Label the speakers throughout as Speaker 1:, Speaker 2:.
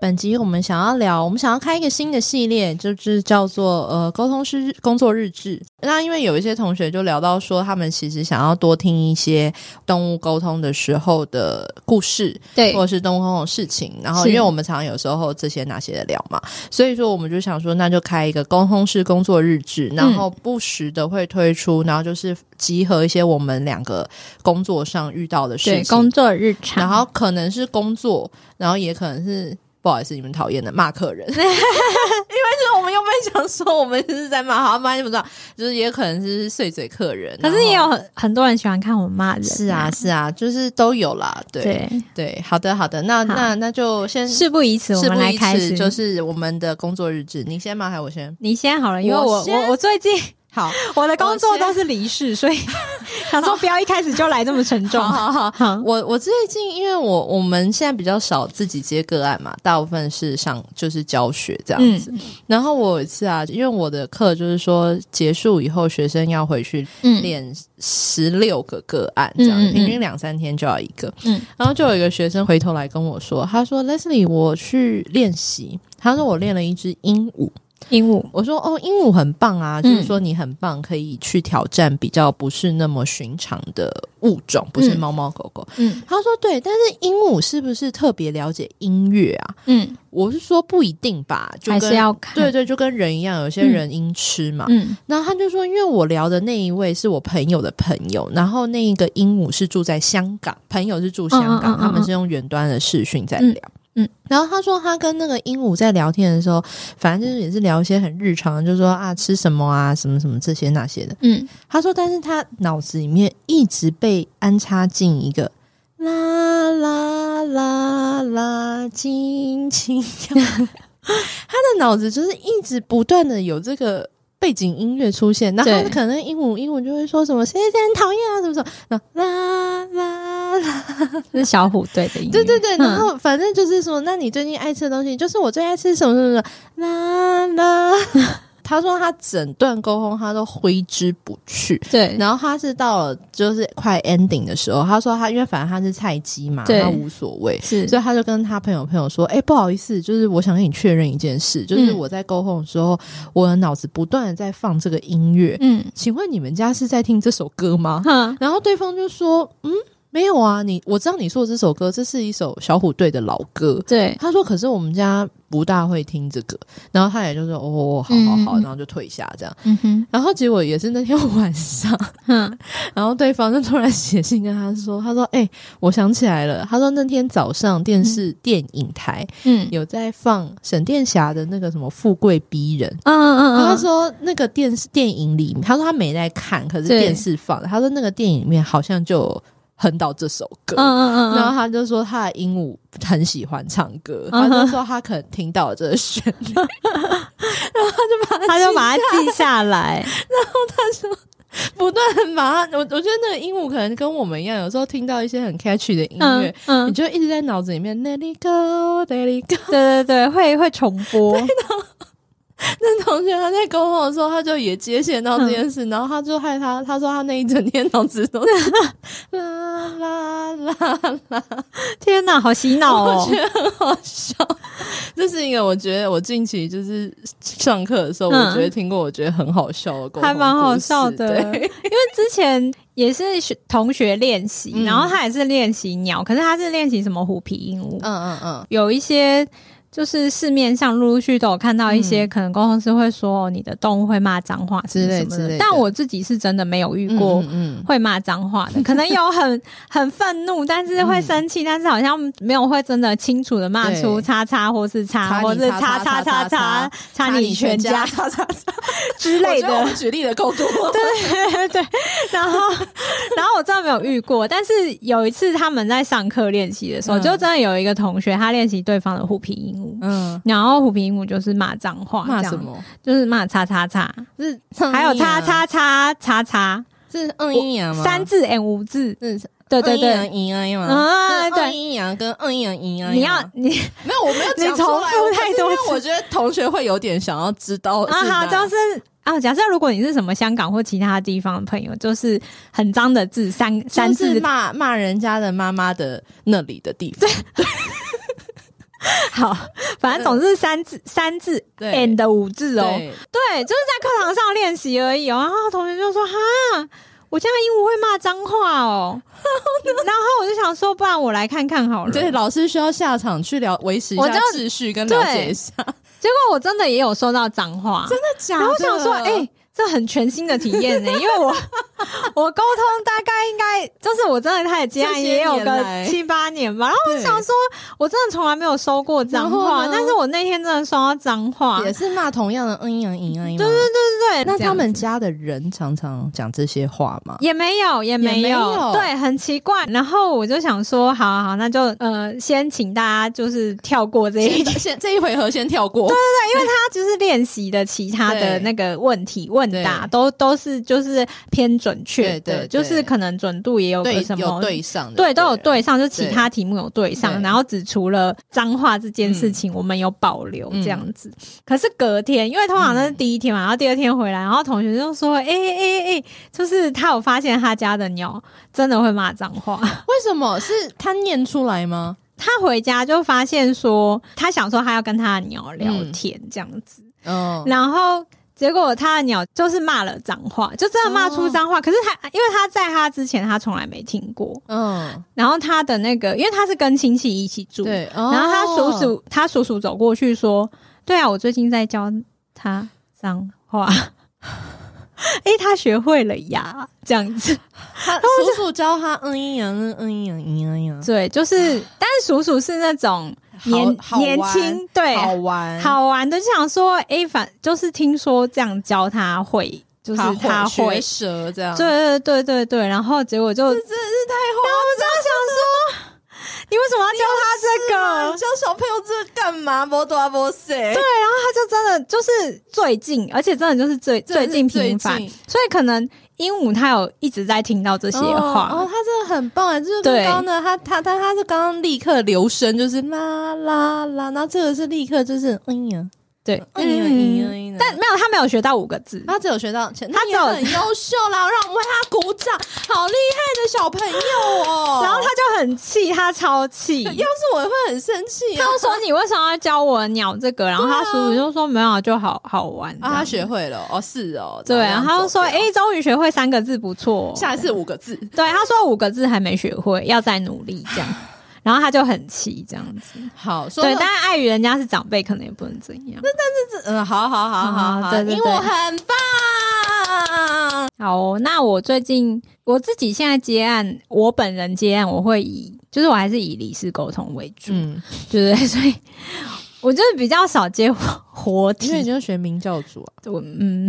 Speaker 1: 本集我们想要聊，我们想要开一个新的系列，就是叫做呃沟通师日工作日志。那因为有一些同学就聊到说，他们其实想要多听一些动物沟通的时候的故事，
Speaker 2: 对
Speaker 1: 或者是动物沟通的事情。然后，因为我们常常有时候这些那些的聊嘛，所以说我们就想说，那就开一个沟通式工作日志，然后不时的会推出，然后就是集合一些我们两个工作上遇到的事
Speaker 2: 对，
Speaker 1: 情
Speaker 2: 工，作日常，
Speaker 1: 然后哦可能是工作，然后也可能是不好意思，你们讨厌的骂客人， 因为是我们又没想说我们是在骂，好骂你们知道，就是也可能是碎嘴客人，
Speaker 2: 可
Speaker 1: 然
Speaker 2: 是
Speaker 1: 后
Speaker 2: 也有很很多人喜欢看我骂人、
Speaker 1: 是啊，是啊，就是都有啦，对
Speaker 2: 对，
Speaker 1: 对，好的好的，那
Speaker 2: 好
Speaker 1: 那那就先
Speaker 2: 事不宜迟，我
Speaker 1: 事不
Speaker 2: 们来
Speaker 1: 宜
Speaker 2: 开始。
Speaker 1: 迟，就是我们的工作日志，你先吗？还是我先？
Speaker 2: 你先好了，因为
Speaker 1: 我
Speaker 2: 我
Speaker 1: 先
Speaker 2: 我我最近
Speaker 1: 好，
Speaker 2: 我的工
Speaker 1: 我
Speaker 2: 作
Speaker 1: 先
Speaker 2: 都是离世， 所以想说不要一开始就来这么沉重。
Speaker 1: 好好好。
Speaker 2: 好
Speaker 1: 我我最近因为我我们现在比较少自己接个案嘛，大部分是上就是教学这
Speaker 2: 嗯
Speaker 1: 样子。然后我有一次啊，因为我的课就是说结束以后，学生要回去
Speaker 2: 嗯
Speaker 1: 练十六个个案，这
Speaker 2: 嗯
Speaker 1: 样、
Speaker 2: 嗯嗯
Speaker 1: 平均两三天就要一个。
Speaker 2: 嗯
Speaker 1: 然后就有一个学生回头来跟我说，他说：“Leslie，我去练习。”他说：“我练了一只鹦鹉。”
Speaker 2: 鹦鹉，
Speaker 1: 我说哦，鹦鹉很棒啊，
Speaker 2: 嗯
Speaker 1: 就是说你很棒，可以去挑战比较不是那么寻常的物种，不是
Speaker 2: 嗯
Speaker 1: 猫猫狗狗。
Speaker 2: 嗯
Speaker 1: 他说对，但是鹦鹉是不是特别了解音乐啊？
Speaker 2: 嗯，
Speaker 1: 我是说不一定吧，就
Speaker 2: 还
Speaker 1: 跟
Speaker 2: 是要看。
Speaker 1: 对对，就跟人一样，有些人音痴嘛。
Speaker 2: 嗯
Speaker 1: 然后他就说，因为我聊的那一位是我朋友的朋友，然后那一个鹦鹉是住在香港，朋友是住香
Speaker 2: 嗯嗯
Speaker 1: 港，
Speaker 2: 嗯嗯
Speaker 1: 他们是用远端的视讯在聊。
Speaker 2: 嗯嗯
Speaker 1: 然后他说他跟那个鹦鹉在聊天的时候，反正就是也是聊一些很日常的，就是说啊吃什么啊，什么什么这些那些的。
Speaker 2: 嗯，
Speaker 1: 他说，但是他脑子里面一直被安插进一个啦啦啦啦，轻轻跳。 他的脑子就是一直不断的有这个背景音乐出现，然后
Speaker 2: 对
Speaker 1: 可能英文英文就会说什么谁谁谁很讨厌啊，什么什么，然后啦啦啦，
Speaker 2: 这是小虎队的音乐。
Speaker 1: 对对对，
Speaker 2: 嗯
Speaker 1: 然后反正就是说，那你最近爱吃的东西，就是我最爱吃什么什么什么啦啦。 他说他整段沟通他都挥之不去，
Speaker 2: 对，
Speaker 1: 然后他是到了就是快 ending 的时候，他说他因为反正他是菜鸡嘛，
Speaker 2: 对
Speaker 1: 他无所谓。
Speaker 2: 是
Speaker 1: 所以他就跟他朋友朋友说：“哎、不好意思，就是我想跟你确认一件事，就是
Speaker 2: 嗯
Speaker 1: 我在沟通的时候，我的脑子不断的在放这个音乐，
Speaker 2: 嗯
Speaker 1: 请问你们家是在听这首歌吗？”
Speaker 2: 哼
Speaker 1: 然后对方就说：“嗯，没有啊，你我知道你说的这首歌，这是一首小虎队的老歌。”
Speaker 2: 对
Speaker 1: 他说：“可是我们家不大会听这个。”然后他也就说：“哦，好好
Speaker 2: 嗯
Speaker 1: 好。然后就退下这样。
Speaker 2: 嗯哼
Speaker 1: 然后结果也是那天晚上，
Speaker 2: 哼
Speaker 1: 然后对方就突然写信跟他说：“他说，哎、我想起来了。他说那天早上电视电影台
Speaker 2: 嗯
Speaker 1: 有在放沈殿霞的那个什么《富贵逼人》。”
Speaker 2: 嗯嗯
Speaker 1: 然后他
Speaker 2: 嗯嗯，
Speaker 1: 说那个电视电影里，他说他没在看，可是
Speaker 2: 对
Speaker 1: 电视放的。他说那个电影里面好像就有哼到这首歌。
Speaker 2: 嗯嗯嗯，
Speaker 1: 然后他就说他的鹦鹉很喜欢唱歌，
Speaker 2: 嗯哼
Speaker 1: 他就说他可能听到了这个旋律，然后他就把它
Speaker 2: 他
Speaker 1: 记
Speaker 2: 就把它记下来。
Speaker 1: 不断的把它，我我觉得那个鹦鹉可能跟我们一样，有时候听到一些很 catchy 的音乐，
Speaker 2: 嗯嗯
Speaker 1: 你，就一直在脑子里面 Let it go, Let it go。
Speaker 2: 对对对，会会重播。
Speaker 1: 那同学他在沟通的时候，他就也接线到这件
Speaker 2: 嗯
Speaker 1: 事，然后他就害他，他说他那一整天脑子都 是啦啦啦啦，
Speaker 2: 天哪，好洗脑
Speaker 1: 我
Speaker 2: 哦
Speaker 1: 觉！得很好笑。这是一个我觉得我近期就是上课的时候，
Speaker 2: 嗯
Speaker 1: 我觉得听过我觉得很好笑的沟通故事，
Speaker 2: 还蛮好笑的
Speaker 1: 对
Speaker 2: 因为之前也是学同学练习，
Speaker 1: 嗯
Speaker 2: 然后他也是练习鸟，可是他是练习什么虎皮鹦鹉，
Speaker 1: 嗯嗯嗯，
Speaker 2: 有一些。就是市面上陆陆续续都有看到一些，可能公公司会说、哦你的动物会骂脏话
Speaker 1: 嗯之类
Speaker 2: 什么
Speaker 1: 之类的
Speaker 2: 的，但我自己是真的没有遇过
Speaker 1: 嗯嗯
Speaker 2: 会骂脏话的，可能有很 很愤怒，但是会生气，但是好像没有会真的清楚的骂出
Speaker 1: 对
Speaker 2: 叉叉或是
Speaker 1: 叉
Speaker 2: 叉，
Speaker 1: 你
Speaker 2: 或是
Speaker 1: 叉
Speaker 2: 叉叉
Speaker 1: 叉叉
Speaker 2: 叉
Speaker 1: 叉
Speaker 2: 叉叉你全家
Speaker 1: 叉叉叉
Speaker 2: 之类
Speaker 1: 我觉得我
Speaker 2: 的。
Speaker 1: 们举例的够多，对，
Speaker 2: 对，然后然后我真的没有遇过，但是有一次他们在上课练习的时候，
Speaker 1: 嗯
Speaker 2: 就真的有一个同学他练习对方的虎皮鹦鹉。
Speaker 1: 嗯，
Speaker 2: 然后虎皮鹦鹉就是骂脏话，
Speaker 1: 骂
Speaker 2: 这样
Speaker 1: 什？么？
Speaker 2: 就是骂叉叉叉，啊
Speaker 1: 是
Speaker 2: 还有叉，叉叉叉叉，
Speaker 1: 是嗯阴阳吗？
Speaker 2: 三字 and 五字，
Speaker 1: 是
Speaker 2: 对对
Speaker 1: 对
Speaker 2: 对，
Speaker 1: 对，阴阳阴阳
Speaker 2: 啊
Speaker 1: 啊，
Speaker 2: 对
Speaker 1: 对，阴阳跟嗯阴阳阴阳，
Speaker 2: 你要你
Speaker 1: 没有？我没有讲
Speaker 2: 你重
Speaker 1: 出来
Speaker 2: 复太多
Speaker 1: 可是因为我觉得同学会有点想要知道
Speaker 2: 啊，好，
Speaker 1: 哪
Speaker 2: 就是啊，假设如果你是什么香港或其他地方的朋友，就是很脏的字，三三
Speaker 1: 就
Speaker 2: 字
Speaker 1: 是骂骂人家的妈妈的那里的地方，
Speaker 2: 好，反正总之三字三字
Speaker 1: 对
Speaker 2: and 五字哦，
Speaker 1: 对，
Speaker 2: 对，就是在课堂上练习而已哦。然后同学就说：“哈，我家鹦鹉会骂脏话 哦。”然后我就想说，不然我来看看好了。
Speaker 1: 对，老师需要下场去了维持一
Speaker 2: 我
Speaker 1: 下
Speaker 2: 就
Speaker 1: 秩序跟了解一下，真
Speaker 2: 结果我真的也有收到脏话，
Speaker 1: 的假
Speaker 2: 然后我想说，哎、这很全新的体验 呢、因为我我沟通大概应该就是我真的开始接案
Speaker 1: 这些
Speaker 2: 也有
Speaker 1: 年
Speaker 2: 个
Speaker 1: 来
Speaker 2: 七八年吧，然后我
Speaker 1: 对
Speaker 2: 想说，我真的从来没有收过脏
Speaker 1: 然
Speaker 2: 话
Speaker 1: 后，呢
Speaker 2: 但是我那天真的收到脏话，
Speaker 1: 也
Speaker 2: 对
Speaker 1: 是骂同样的嗯阴阳阴阳阴阳，
Speaker 2: 对对对，
Speaker 1: 那
Speaker 2: 这样
Speaker 1: 他们家的人常常讲这些话吗？
Speaker 2: 也没有，也没有，
Speaker 1: 没有
Speaker 2: 对，很奇怪。然后我就想说，好好好，那就呃，先请大家就是跳过这一
Speaker 1: 先
Speaker 2: 题，
Speaker 1: 先这一回合先跳过，
Speaker 2: 他就是练习的其他的
Speaker 1: 对
Speaker 2: 那个问题问答
Speaker 1: 对
Speaker 2: 都都是就是偏准确的，
Speaker 1: 对对对
Speaker 2: 就是可能准度也有个什么
Speaker 1: 有对上的，
Speaker 2: 对，都有
Speaker 1: 对
Speaker 2: 对上，就其他题目有对上，
Speaker 1: 对嗯
Speaker 2: 然后只除了脏话这件事情，我们有保留这样子。可是隔天，因为通常那是第一天
Speaker 1: 嗯
Speaker 2: 嘛，然后第二天回来，然后同学就说：“哎哎哎，就是他有发现他家的鸟真的会骂脏话。
Speaker 1: 不对，为什么是他念出来吗？
Speaker 2: 他回家就发现说，他想说他要跟他的鸟聊天这样子，
Speaker 1: 嗯，
Speaker 2: 然后。”结果他的鸟就是骂了脏话，就真的骂出脏
Speaker 1: 哦
Speaker 2: 话。可是他，因为他在他之前他从来没听过，
Speaker 1: 嗯，
Speaker 2: 然后他的那个，因为他是跟亲戚一起住，
Speaker 1: 对，哦然
Speaker 2: 然后他叔叔，他叔叔走过去说：“对啊，我最近在教他脏话。” 哎、他学会了呀，这样
Speaker 1: 嗯
Speaker 2: 子。
Speaker 1: 他叔叔教他嗯阴阳嗯嗯阴阳阴阳阴阳，
Speaker 2: 对， 就是，但是叔叔是那种年
Speaker 1: 好好玩
Speaker 2: 年轻，对，
Speaker 1: 好
Speaker 2: 好
Speaker 1: 玩，
Speaker 2: 玩的，就想说，哎、反就是听说这样教他会，就是
Speaker 1: 他
Speaker 2: 他会
Speaker 1: 学，舌这样，
Speaker 2: 对对对对对，然后结果就，然后我就想说， 你为什么要教他这个？
Speaker 1: 你教小朋友这干嘛？波多波塞，对，
Speaker 2: 他就真的就是最近，而且真的就是最
Speaker 1: 真的
Speaker 2: 最
Speaker 1: 是
Speaker 2: 近频繁
Speaker 1: 最近，
Speaker 2: 所以可能鹦鹉它有一直在听到这些话。
Speaker 1: 哦，哦他真的很棒啊！就是
Speaker 2: 对
Speaker 1: 刚刚呢，他他他他是刚刚立刻留声，就是啦啦啦，然后这个是立刻就是嗯呀，
Speaker 2: 对，
Speaker 1: 嗯呀嗯呀嗯呀，
Speaker 2: 但没有，他没有学到五个字。
Speaker 1: 他只有学到前，
Speaker 2: 他
Speaker 1: 他
Speaker 2: 只
Speaker 1: 也
Speaker 2: 有
Speaker 1: 很优秀啦，让我们为他鼓掌，好厉害的小朋友哦！
Speaker 2: 然后他就很气，他超气，
Speaker 1: 要是我会很生气
Speaker 2: 他
Speaker 1: 啊！
Speaker 2: 就说：“你为什么要教我鸟这个？”然后他叔叔就说：“没有啊，就好好玩。”
Speaker 1: 啊，他学会了哦，是哦，
Speaker 2: 对，然后他就说：“
Speaker 1: 哎，
Speaker 2: 哎，终于学会三个字，不错哦。”
Speaker 1: 下一次五个字，
Speaker 2: 对，他说五个字还没学会，要再努力这样。然后他就很气这样子。
Speaker 1: 好，说
Speaker 2: 对，
Speaker 1: 到
Speaker 2: 但碍于人家是长辈，可能也不能怎样。
Speaker 1: 嗯，好好好好
Speaker 2: 啊
Speaker 1: 好，
Speaker 2: 对对
Speaker 1: 因
Speaker 2: 对
Speaker 1: 为我很棒。
Speaker 2: 好哦、那我最近我自己现在接案，我本人接案，我会以就是我还是以理事沟通为主，
Speaker 1: 嗯，
Speaker 2: 对不对？ 所以我就是比较少接活活
Speaker 1: 因为
Speaker 2: 体
Speaker 1: 你，就学明教主啊，
Speaker 2: 我嗯，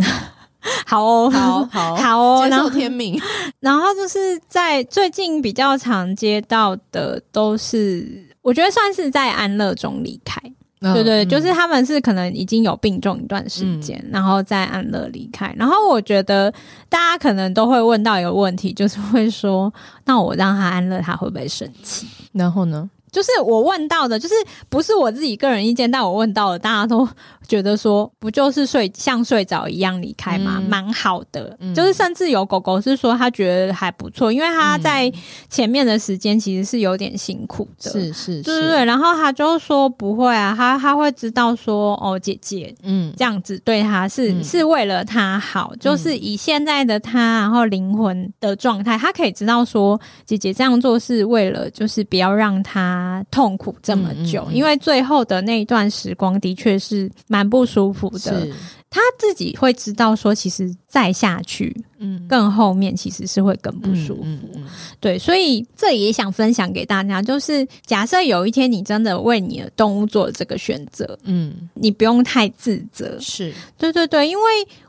Speaker 2: 好哦，
Speaker 1: 好 好
Speaker 2: 好哦，
Speaker 1: 接
Speaker 2: 然
Speaker 1: 受
Speaker 2: 后
Speaker 1: 天命，
Speaker 2: 然后就是在最近比较常接到的都是，我觉得算是在安乐中离开， 对对，
Speaker 1: 嗯
Speaker 2: 就是他们是可能已经有病重一段时间，然后再安乐离开。然后我觉得大家可能都会问到一个问题，就是会说，那我让他安乐，他会不会生气？
Speaker 1: 然后呢？
Speaker 2: 就是我问到的，就是不是我自己个人意见，但我问到的，大家都觉得说，不就是睡像睡着一样离开吗？
Speaker 1: 嗯
Speaker 2: 蛮、好的，
Speaker 1: 嗯
Speaker 2: 就是甚至有狗狗是说他觉得还不错，因为他
Speaker 1: 嗯
Speaker 2: 在前面的时间其实是有点辛苦的，
Speaker 1: 是是，
Speaker 2: 对
Speaker 1: 是
Speaker 2: 对，对，然后他就说不会啊，他他会知道说哦，姐姐
Speaker 1: 嗯
Speaker 2: 这样子对他是、
Speaker 1: 嗯
Speaker 2: 是为了他好，就是以现在的他，然后灵魂的状态，他可以知道说姐姐这样做是为了就是不要让他痛苦这么久，
Speaker 1: 嗯嗯嗯
Speaker 2: 因为最后的那一段时光的确是蛮不舒服的，
Speaker 1: 是，嗯
Speaker 2: 他自己会知道说其实再下去
Speaker 1: 嗯，
Speaker 2: 更后面其实是会更不舒服。
Speaker 1: 嗯嗯嗯
Speaker 2: 对，所以这也想分享给大家，就是假设有一天你真的为你的动物做了这个选择，
Speaker 1: 嗯，
Speaker 2: 你不用太自责
Speaker 1: 嗯。是
Speaker 2: 对对对，因为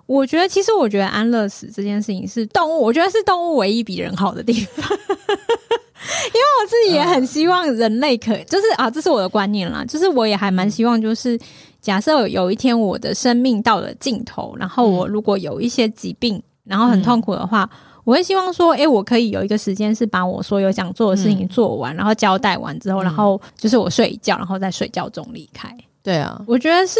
Speaker 2: 我觉得，其实我觉得安乐死这件事情是动物，我觉得是动物唯一比人好的地方。 因为我自己也很希望人类可，就是啊，这是我的观念啦，就是我也还蛮希望，就是假设有一天我的生命到了尽头，然后我如果有一些疾病，然后很痛苦的话，我会希望说，哎、我可以有一个时间是把我所有想做的事情做完，然后交代完之后，
Speaker 1: 嗯
Speaker 2: 然后就是我睡一觉，然后在睡觉中离开。
Speaker 1: 对啊，
Speaker 2: 我觉得是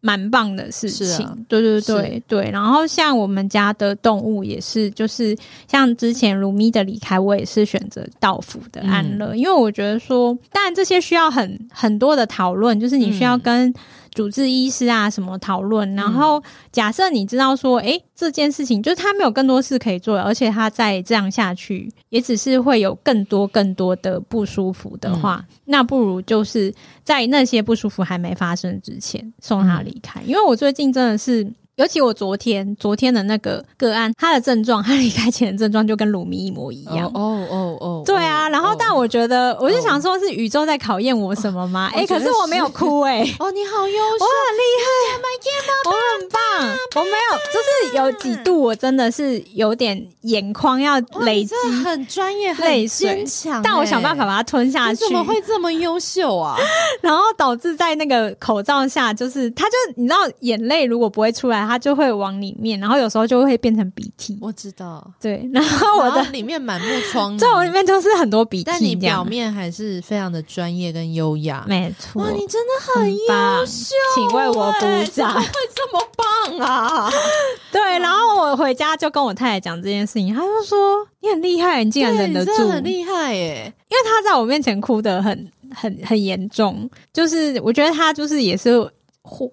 Speaker 2: 蛮棒的事
Speaker 1: 是
Speaker 2: 情，
Speaker 1: 啊
Speaker 2: 对对对对。然后像我们家的动物也是，就是像之前如咪的离开，我也是选择道府的安
Speaker 1: 嗯
Speaker 2: 乐，因为我觉得说，当然这些需要很很多的讨论，就是你需要跟主治医师啊什么讨论。然后假设你知道说，诶，这件事情就是他没有更多事可以做了，而且他再这样下去，也只是会有更多更多的不舒服的话，
Speaker 1: 嗯
Speaker 2: 那不如就是在那些不舒服还没发生之前送他离开。
Speaker 1: 嗯
Speaker 2: 因为我最近真的是。尤其我昨天昨天的那个个案，他的症状，他离开前的症状就跟鲁米一模一样。
Speaker 1: 哦哦哦，
Speaker 2: 对啊，
Speaker 1: 哦
Speaker 2: 然后
Speaker 1: 哦
Speaker 2: 但我觉得，我就想说，是宇宙在考验我什么吗？
Speaker 1: 哦
Speaker 2: 哎、
Speaker 1: 我觉
Speaker 2: 可
Speaker 1: 得
Speaker 2: 是我没有哭哎、诶
Speaker 1: 哦，你好优
Speaker 2: 我
Speaker 1: 秀，
Speaker 2: 很厉害，我哦很棒，我没有，就是有几度我真的是有点眼眶要
Speaker 1: 哇
Speaker 2: 累
Speaker 1: 你
Speaker 2: 积，
Speaker 1: 真的很专业，很
Speaker 2: 泪水
Speaker 1: 坚强欸，
Speaker 2: 但我想办法把它吞下
Speaker 1: 你
Speaker 2: 去。
Speaker 1: 怎么会这么优秀啊？
Speaker 2: 然后导致在那个口罩下，就是它就你知道，眼泪如果不会出来，它就会往里面，然后有时候就会变成鼻涕。
Speaker 1: 我知道，
Speaker 2: 对，然后我
Speaker 1: 然后
Speaker 2: 的
Speaker 1: 里面满目疮痍，
Speaker 2: 在我里面就是很多鼻涕这样，
Speaker 1: 但你表面还是非常的专业跟优雅。
Speaker 2: 没错，
Speaker 1: 哇，你真的很
Speaker 2: 很棒
Speaker 1: 优秀，
Speaker 2: 请为我鼓
Speaker 1: 哎
Speaker 2: 掌
Speaker 1: 怎么会这么棒啊？
Speaker 2: 对。然后我回家就跟我太太讲这件事情，她就说你很厉害，你竟然忍
Speaker 1: 对欸
Speaker 2: 得
Speaker 1: 你真
Speaker 2: 住，
Speaker 1: 的很厉害欸耶！
Speaker 2: 因为他在我面前哭得很很很严重，就是我觉得他就是也是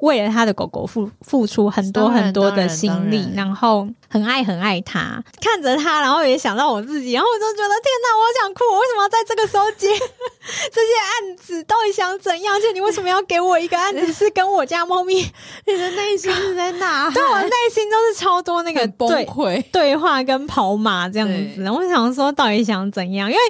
Speaker 2: 为了他的狗狗付付出很多
Speaker 1: 当然
Speaker 2: 很多的心力
Speaker 1: 当然当，然
Speaker 2: 然后很爱很爱他，看着他，然后也想到我自己，然后我就觉得天哪，我好想哭，我为什么要在这个时候接 这些案子？到底想怎样？而且你为什么要给我一个案 子是跟我家猫咪？
Speaker 1: 你的内心是在呐喊，
Speaker 2: 对我内心都是超多那个
Speaker 1: 很崩
Speaker 2: 对
Speaker 1: 溃。
Speaker 2: 对话跟跑马这样子，
Speaker 1: 对
Speaker 2: 然后我想说到底想怎样？因为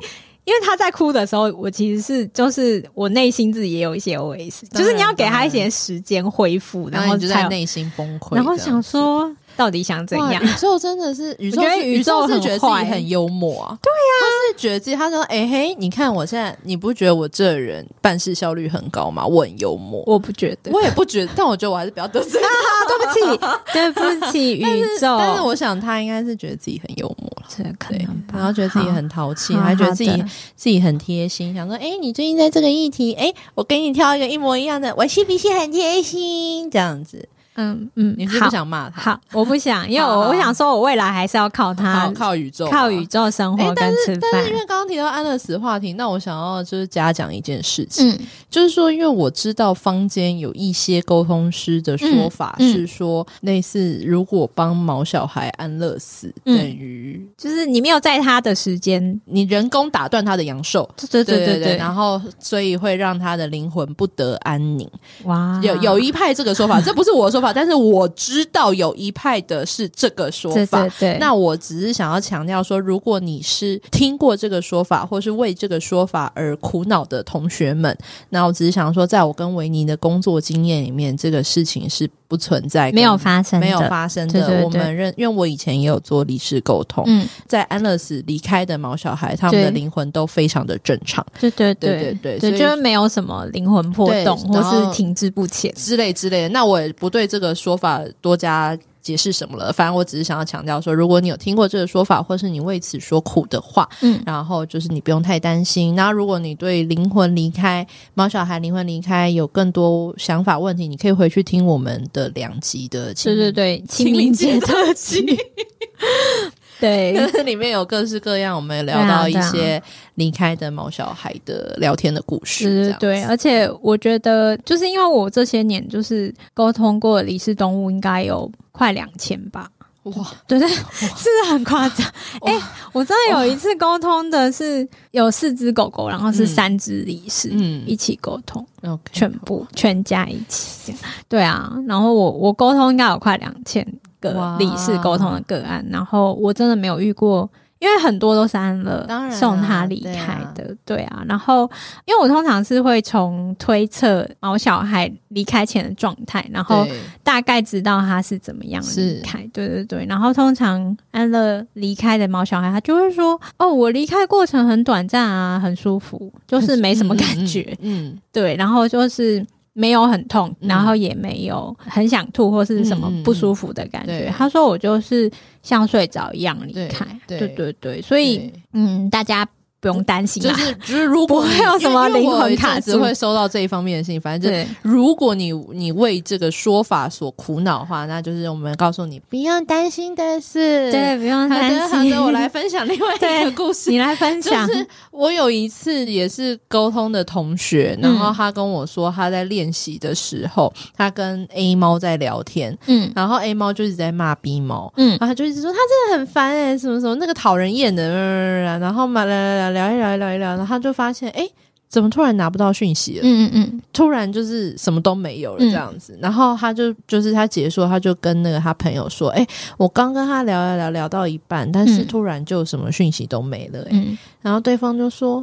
Speaker 2: 因为他在哭的时候，我其实是就是我内心自己也有一些 OS，
Speaker 1: 当然
Speaker 2: 就是你要给他一些时间恢复，
Speaker 1: 然
Speaker 2: 后
Speaker 1: 后你就
Speaker 2: 才
Speaker 1: 在
Speaker 2: 有，
Speaker 1: 内心崩溃，
Speaker 2: 然后
Speaker 1: 这样
Speaker 2: 想
Speaker 1: 子
Speaker 2: 说到底想怎
Speaker 1: 哇
Speaker 2: 样？
Speaker 1: 宇宙真的是宇宙
Speaker 2: 我觉
Speaker 1: 是，
Speaker 2: 得宇
Speaker 1: 宇
Speaker 2: 宙
Speaker 1: 是
Speaker 2: 很
Speaker 1: 觉得自己
Speaker 2: 坏
Speaker 1: 很幽默啊。对啊，他是觉得自己，他说：“哎、嘿，你看我现在，你不觉得我这人办事效率很高吗？我很幽默，
Speaker 2: 我不觉得，
Speaker 1: 我也不觉得，但我觉得我还是不要得罪。”
Speaker 2: 啊， 对不起，对不起，宇宙，
Speaker 1: 但是我想他应该是觉得自己很幽默了，
Speaker 2: 这可
Speaker 1: 对
Speaker 2: 能吧，，
Speaker 1: 然后觉得自己很淘气，
Speaker 2: 好
Speaker 1: 还觉得自己
Speaker 2: 好的
Speaker 1: 自己很贴心，想说：“哎、你最近在这个议题，哎、我给你挑一个一模一样的，我是不是很贴心？”这样子，
Speaker 2: 嗯嗯，
Speaker 1: 你是不
Speaker 2: 好
Speaker 1: 是想骂他？
Speaker 2: 好，我不想，因为
Speaker 1: 好
Speaker 2: 我
Speaker 1: 好
Speaker 2: 我想说，我未来还是要靠他
Speaker 1: 靠，靠宇宙啊，
Speaker 2: 靠宇宙生活
Speaker 1: 哎
Speaker 2: 跟吃
Speaker 1: 但是因为
Speaker 2: 饭。
Speaker 1: 刚刚提到安乐死话题，那我想要就是加讲一件事情，
Speaker 2: 嗯
Speaker 1: 就是说，因为我知道坊间有一些沟通师的说法
Speaker 2: 嗯嗯
Speaker 1: 是说，类似如果帮毛小孩安乐死，
Speaker 2: 嗯
Speaker 1: 等于
Speaker 2: 就是你没有在他的时间
Speaker 1: 你人工打断他的阳寿。
Speaker 2: 对
Speaker 1: 对
Speaker 2: 对
Speaker 1: 对，然后所以会让他的灵魂不得安宁。
Speaker 2: 哇，
Speaker 1: 有有一派这个说法， 这不是我的说法，但是我知道有一派的是这个说
Speaker 2: 对
Speaker 1: 法。
Speaker 2: 对对，
Speaker 1: 那我只是想要强调说，如果你是听过这个说法，或是为这个说法而苦恼的同学们，那我只是想说，在我跟维尼的工作经验里面，这个事情是不存在跟
Speaker 2: 没有发生的，
Speaker 1: 没有发生的。
Speaker 2: 对对对
Speaker 1: 我们认，因为我以前也有做离世沟通，
Speaker 2: 嗯，
Speaker 1: 在安乐死离开的毛小孩，他们的
Speaker 2: 对
Speaker 1: 灵魂都非常的正常。
Speaker 2: 对对
Speaker 1: 对
Speaker 2: 对
Speaker 1: 对对所
Speaker 2: 对，
Speaker 1: 以
Speaker 2: 就是没有什么灵魂破
Speaker 1: 对
Speaker 2: 洞或
Speaker 1: 然后
Speaker 2: 是停滞不前。
Speaker 1: 之类之类的。那我也不对这个说法多加解释什么了，反正我只是想要强调说，如果你有听过这个说法，或是你为此所苦的话，
Speaker 2: 嗯
Speaker 1: 然后就是你不用太担心。那如果你对灵魂离开、毛小孩灵魂离开有更多想法问题，你可以回去听我们的两集的亲
Speaker 2: 对对。对，清明节特辑，对，
Speaker 1: 里面有各式各样，我们聊
Speaker 2: 对啊
Speaker 1: 到一
Speaker 2: 对啊
Speaker 1: 些离开的毛小孩的聊天的故事，
Speaker 2: 对
Speaker 1: 这
Speaker 2: 对对，
Speaker 1: 样子
Speaker 2: 而且我觉得，就是因为我这些年就是沟通过的离世动物，应该有快两千吧。
Speaker 1: 哇，
Speaker 2: 对对，是不是很夸张？哎、我真的有一次沟通的是有四只狗狗，然后是
Speaker 1: 嗯
Speaker 2: 三只离世，
Speaker 1: 嗯
Speaker 2: 一起沟通。
Speaker 1: ，OK，
Speaker 2: 全部全家一起这样，对啊。然后我我沟通应该有快两千个
Speaker 1: 哇
Speaker 2: 理事沟通的个案，然后我真的没有遇过，因为很多都是安乐
Speaker 1: 当然啊
Speaker 2: 送他离开的，对啊然后因为我通常是会从推测毛小孩离开前的状态，然后
Speaker 1: 对
Speaker 2: 大概知道他是怎么样
Speaker 1: 是
Speaker 2: 离开，对对对。然后通常安乐离开的毛小孩，他就会说：“哦，我离开过程很短暂啊，很舒服，就是没什么感觉。
Speaker 1: 嗯，嗯嗯
Speaker 2: 对，然后就是没有很痛，
Speaker 1: 嗯
Speaker 2: 然后也没有很想吐或是什么
Speaker 1: 嗯嗯嗯
Speaker 2: 不舒服的感觉。
Speaker 1: 对
Speaker 2: 他说我就是像睡着一样离开，
Speaker 1: 对
Speaker 2: 对
Speaker 1: 对
Speaker 2: 对对所以
Speaker 1: 对
Speaker 2: 嗯，大家不用担心
Speaker 1: 就
Speaker 2: 啦。
Speaker 1: 是就是如果
Speaker 2: 不会
Speaker 1: 你
Speaker 2: 有什么
Speaker 1: 因为因为
Speaker 2: 灵
Speaker 1: 我
Speaker 2: 魂
Speaker 1: 有一阵
Speaker 2: 卡
Speaker 1: 子
Speaker 2: 住
Speaker 1: 会收到这一方面的信，反正就
Speaker 2: 对
Speaker 1: 如果你你为这个说法所苦恼的话，那就是我们告诉你不用担心的事。，
Speaker 2: 对，不用
Speaker 1: 好
Speaker 2: 担
Speaker 1: 的
Speaker 2: 心。
Speaker 1: 好的，我来，分享另外一个
Speaker 2: 对
Speaker 1: 故事。
Speaker 2: 你来分
Speaker 1: 就
Speaker 2: 享。
Speaker 1: 是我有一次也是沟通的同学，然
Speaker 2: 嗯
Speaker 1: 后他跟我说他在练习的时候，他跟 A 猫在聊天，
Speaker 2: 嗯
Speaker 1: 然后 A 猫就一直在骂 B 猫，
Speaker 2: 嗯
Speaker 1: 然后他就一直说他真的很烦哎、什么什么那个讨人厌的，呃然后嘛聊聊聊聊一聊聊一聊，然后他就发现哎、诶怎么突然拿不到讯息了？
Speaker 2: 嗯嗯嗯，
Speaker 1: 突然就是什么都没有了这样子，然后他就就是他结束，他就跟那个他朋友说：“哎、我刚跟他聊聊聊聊到一半，但是
Speaker 2: 嗯
Speaker 1: 突然就什么讯息都没了、诶
Speaker 2: 嗯
Speaker 1: 然后对方就说：“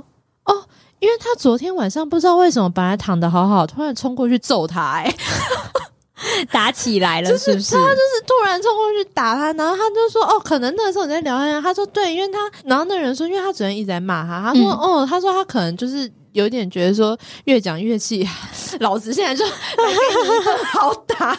Speaker 1: 哦，因为他昨天晚上不知道为什么本来躺的好好，突然冲过去揍他、诶
Speaker 2: 嗯打起来了，是不是？
Speaker 1: 就是突然冲过去打他，然后他就说：“哦，可能那个时候你在聊天。”啊他说：“对，因为他，然后那人说，因为他昨天一直在骂他，他
Speaker 2: 嗯
Speaker 1: 说：‘哦，他说他可能就是有点觉得说越讲越气， 老子现在就 来给你一顿好打。’”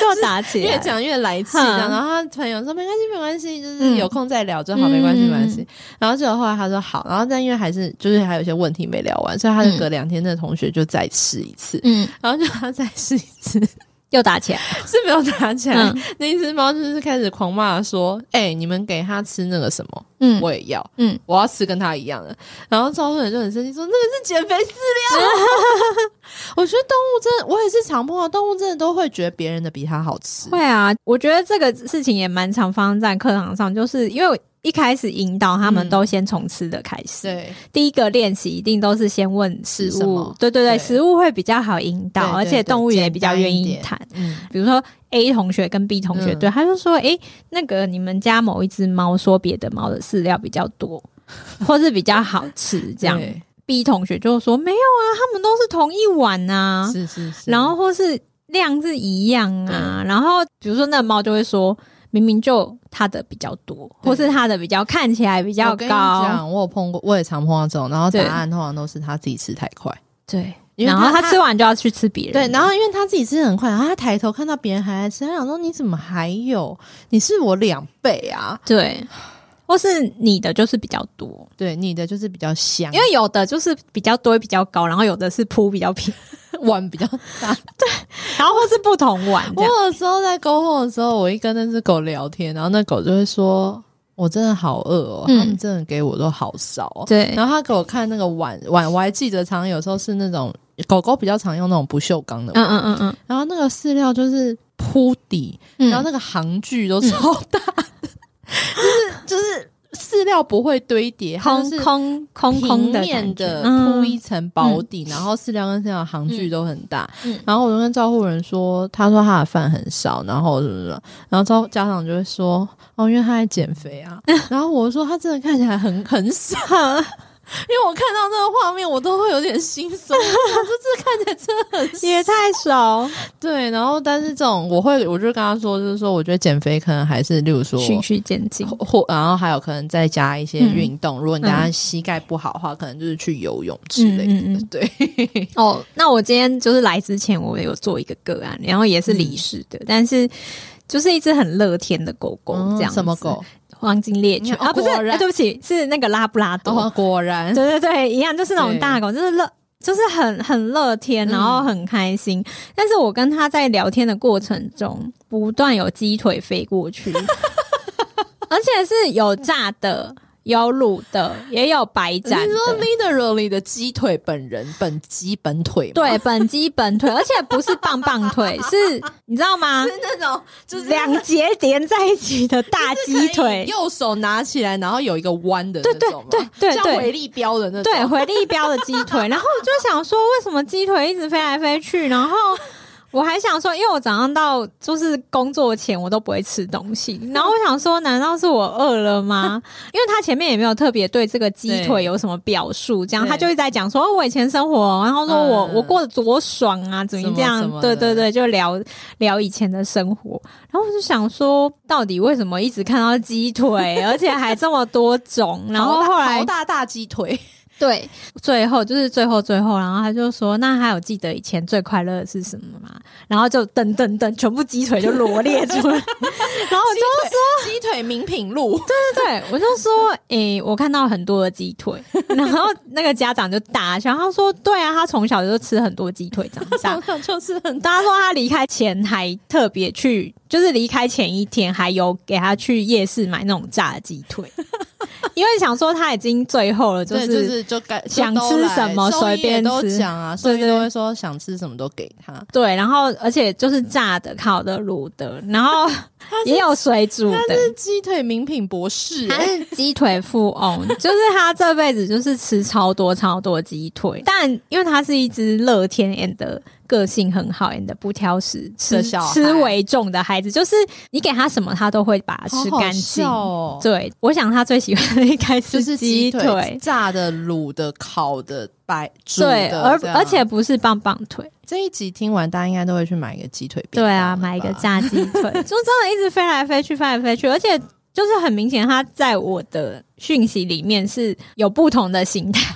Speaker 2: 就打起来
Speaker 1: 越
Speaker 2: 了，
Speaker 1: 讲越来气，这样
Speaker 2: 哼
Speaker 1: 然后他朋友说没关系，没关系，就是
Speaker 2: 嗯
Speaker 1: 有空再聊就好，没关
Speaker 2: 嗯
Speaker 1: 系，没关系。然后结果后来他说好，然后但因为还是就是还有一些问题没聊完，所以他就
Speaker 2: 嗯
Speaker 1: 隔两天那同学就再试一次，
Speaker 2: 嗯，
Speaker 1: 然后就他再试一次
Speaker 2: 又打起来，
Speaker 1: 是没有打起来，
Speaker 2: 嗯
Speaker 1: 那一只猫就是开始狂骂说：“哎、你们给它吃那个什么，
Speaker 2: 嗯，
Speaker 1: 我也要，
Speaker 2: 嗯
Speaker 1: 我要吃跟它一样的。”然后赵主任就很生气说：“那个是减肥饲料。”嗯 我觉得动物真的，我也是常碰到动物真的都会觉得别人的比它好吃，
Speaker 2: 会啊，我觉得这个事情也蛮常发生在课堂上，就是因为我一开始引导他们
Speaker 1: 嗯
Speaker 2: 都先从吃的开始，
Speaker 1: 对。
Speaker 2: 第一个练习一定都是先问食
Speaker 1: 吃什
Speaker 2: 物
Speaker 1: 么，
Speaker 2: 对对
Speaker 1: 对
Speaker 2: 对，食物会比较好引
Speaker 1: 对
Speaker 2: 导，
Speaker 1: 对
Speaker 2: 而且
Speaker 1: 对
Speaker 2: 动物也
Speaker 1: 简
Speaker 2: 比较
Speaker 1: 单一
Speaker 2: 愿意
Speaker 1: 点
Speaker 2: 谈。
Speaker 1: 嗯，
Speaker 2: 比如说 A 同学跟 B 同学
Speaker 1: 嗯
Speaker 2: 对，他就说：“诶，那个你们家某一只猫说别的猫的饲料比较多， 或是比较好吃，这样。
Speaker 1: 对
Speaker 2: ”B 同学就说：“没有啊，他们都是同一碗啊。”
Speaker 1: 是是是，
Speaker 2: 然后或是量是一样啊。然后比如说那猫就会说，明明就它的比较多，
Speaker 1: 对
Speaker 2: 或是它的比较看起来比
Speaker 1: 我
Speaker 2: 较
Speaker 1: 跟你讲
Speaker 2: 高，，
Speaker 1: 我有碰过，我也常碰到这种，然后答
Speaker 2: 对
Speaker 1: 案通常都是他自己吃太快，
Speaker 2: 对。
Speaker 1: 因为
Speaker 2: 然后
Speaker 1: 他
Speaker 2: 它吃完就要去吃别人，
Speaker 1: 对，然后因为他自己吃得很快，然后他抬头看到别人还在吃，他想说你怎么还有？你是我两倍啊！
Speaker 2: 对，或是你的就是比较多，
Speaker 1: 对，你的就是比较香，
Speaker 2: 因为有的就是比较多比较高，然后有的是铺比较平，
Speaker 1: 为 碗比较大。
Speaker 2: 然后或是不同碗这
Speaker 1: 我
Speaker 2: 样。
Speaker 1: 有时候在沟通的时候，我一跟那只狗聊天，然后那狗就会说：“我真的好饿哦，
Speaker 2: 嗯
Speaker 1: 他们真的给我都好少、哦。”
Speaker 2: 对，
Speaker 1: 然后他给我看那个碗碗，我还记得，常常有时候是那种狗狗比较常用那种不锈钢的碗
Speaker 2: 嗯嗯嗯嗯
Speaker 1: 然后那个饲料就是铺底，
Speaker 2: 嗯，
Speaker 1: 然后那个行距都超大， 就是就是饲料不会堆叠，它就
Speaker 2: 空
Speaker 1: 是
Speaker 2: 空空空
Speaker 1: 平
Speaker 2: 的
Speaker 1: 面
Speaker 2: 感
Speaker 1: 的
Speaker 2: 觉
Speaker 1: 铺
Speaker 2: 嗯
Speaker 1: 一层薄底，然后饲料跟饲料的行距都很大。
Speaker 2: 嗯
Speaker 1: 然后我就跟照护人说，他说他的饭很少，然后什么什么，然后照家长就会说，哦，因为他在减肥 啊。然后我就说他真的看起来很很少。因为我看到那个画面，我都会有点心 酸。我想说这看起来真的很少
Speaker 2: 也太少，
Speaker 1: 对，然后但是这种我会，我就跟他说，就是说，我觉得减肥可能还是，例如说。
Speaker 2: 循序渐进。
Speaker 1: 或或然后还有可能再加一些
Speaker 2: 嗯
Speaker 1: 运动，如果你等下膝盖不好的话，可能就是去游泳之类的。
Speaker 2: 嗯嗯嗯
Speaker 1: 对，
Speaker 2: 哦，那我今天就是来之前，我有做一个个案，然后也是离世的，但是就是一只很乐天的狗哦狗，这样、
Speaker 1: 哦什么？狗？
Speaker 2: 黄金猎犬
Speaker 1: 嗯哦
Speaker 2: 啊，不是、
Speaker 1: 果然
Speaker 2: 哎对不起，是那个拉布拉多。
Speaker 1: 哦，果 然，
Speaker 2: 对对对，一样，就是那
Speaker 1: 对
Speaker 2: 种大狗，就是乐。就是很很乐天，
Speaker 1: 嗯
Speaker 2: 然后很开心。但是我跟他在聊天的过程中，不断有鸡腿飞过 去，而且是有炸的，有卤的，也有白
Speaker 1: 你
Speaker 2: 斩的。
Speaker 1: 说 literally 的鸡腿本人本鸡本腿吗，
Speaker 2: 对， 本鸡本腿，而且不是棒棒 腿，是你知道吗？
Speaker 1: 是那种就是
Speaker 2: 两节连在一起的大鸡腿。
Speaker 1: 右手拿起来，然后有一个弯的
Speaker 2: 对
Speaker 1: 那种吗，
Speaker 2: 对对对
Speaker 1: 像
Speaker 2: 对
Speaker 1: 回力镖的那种，
Speaker 2: 对，回力镖的鸡腿，然后我就想说，为什么鸡腿一直飞来飞去？然后我还想说，因为我早上到就是工作前，我都不会吃东西。然后我想说，难道是我饿了吗？因为他前面也没有特别对这个鸡
Speaker 1: 对
Speaker 2: 腿有什么表述，这样
Speaker 1: 对
Speaker 2: 他就一直在讲说，哦我以前生活，然后说我、
Speaker 1: 嗯
Speaker 2: 我过得多爽啊，怎
Speaker 1: 什
Speaker 2: 么
Speaker 1: 么
Speaker 2: 这样？
Speaker 1: 什么的
Speaker 2: 对对对，就聊聊以前的生活。然后我就想说，到底为什么 一直看到鸡腿，而且还这么多种？然后
Speaker 1: 好大
Speaker 2: 后来
Speaker 1: 好大大鸡腿，
Speaker 2: 对，最后就是最后最后，然后他就说：“那还有记得以前最快乐的是什么吗？”然后就噔噔噔，全部鸡腿就罗列出 来，然后我就
Speaker 1: 鸡腿名品 录，
Speaker 2: 对，我就说，诶、我看到很多的鸡 腿，然后那个家长就打笑，他说，对啊，他从小就吃很多鸡腿长大
Speaker 1: 想。想就是很
Speaker 2: 他说他离开前还特别去，就是离开前一天还有给他去夜市买那种炸的鸡 腿，因为想说他已经最后了，就
Speaker 1: 对，
Speaker 2: 是、
Speaker 1: 就是就该
Speaker 2: 想吃什么
Speaker 1: 都来
Speaker 2: 随便吃
Speaker 1: 兽医也都讲啊，兽
Speaker 2: 对
Speaker 1: 医
Speaker 2: 对
Speaker 1: 都会说想吃什么都给他。
Speaker 2: 对，然后而且就是炸的、烤的、卤的，然 后也有水煮的。
Speaker 1: 是鸡腿名品博士、
Speaker 2: 他是鸡腿富 翁，就是他这辈子就是吃超多超多鸡腿，但因为他是一只乐天 and 个性很好 and 不挑食吃
Speaker 1: 的小孩
Speaker 2: 吃为重的孩子，就是你给他什么他都会把它吃干净。
Speaker 1: 好好笑哦
Speaker 2: 对，我想他最喜欢的应该
Speaker 1: 就是
Speaker 2: 鸡
Speaker 1: 鸡腿炸的、卤的、烤的、白煮的
Speaker 2: 对，而
Speaker 1: 这样
Speaker 2: 而且不是棒棒腿，
Speaker 1: 这一集听完，大家应该都会去买一个鸡腿便
Speaker 2: 对
Speaker 1: 当
Speaker 2: 啊，
Speaker 1: 了吧
Speaker 2: 买一个炸鸡 腿，就真的一直飞来飞去，飞来飞去，而且就是很明显，他在我的讯息里面是有不同的形态。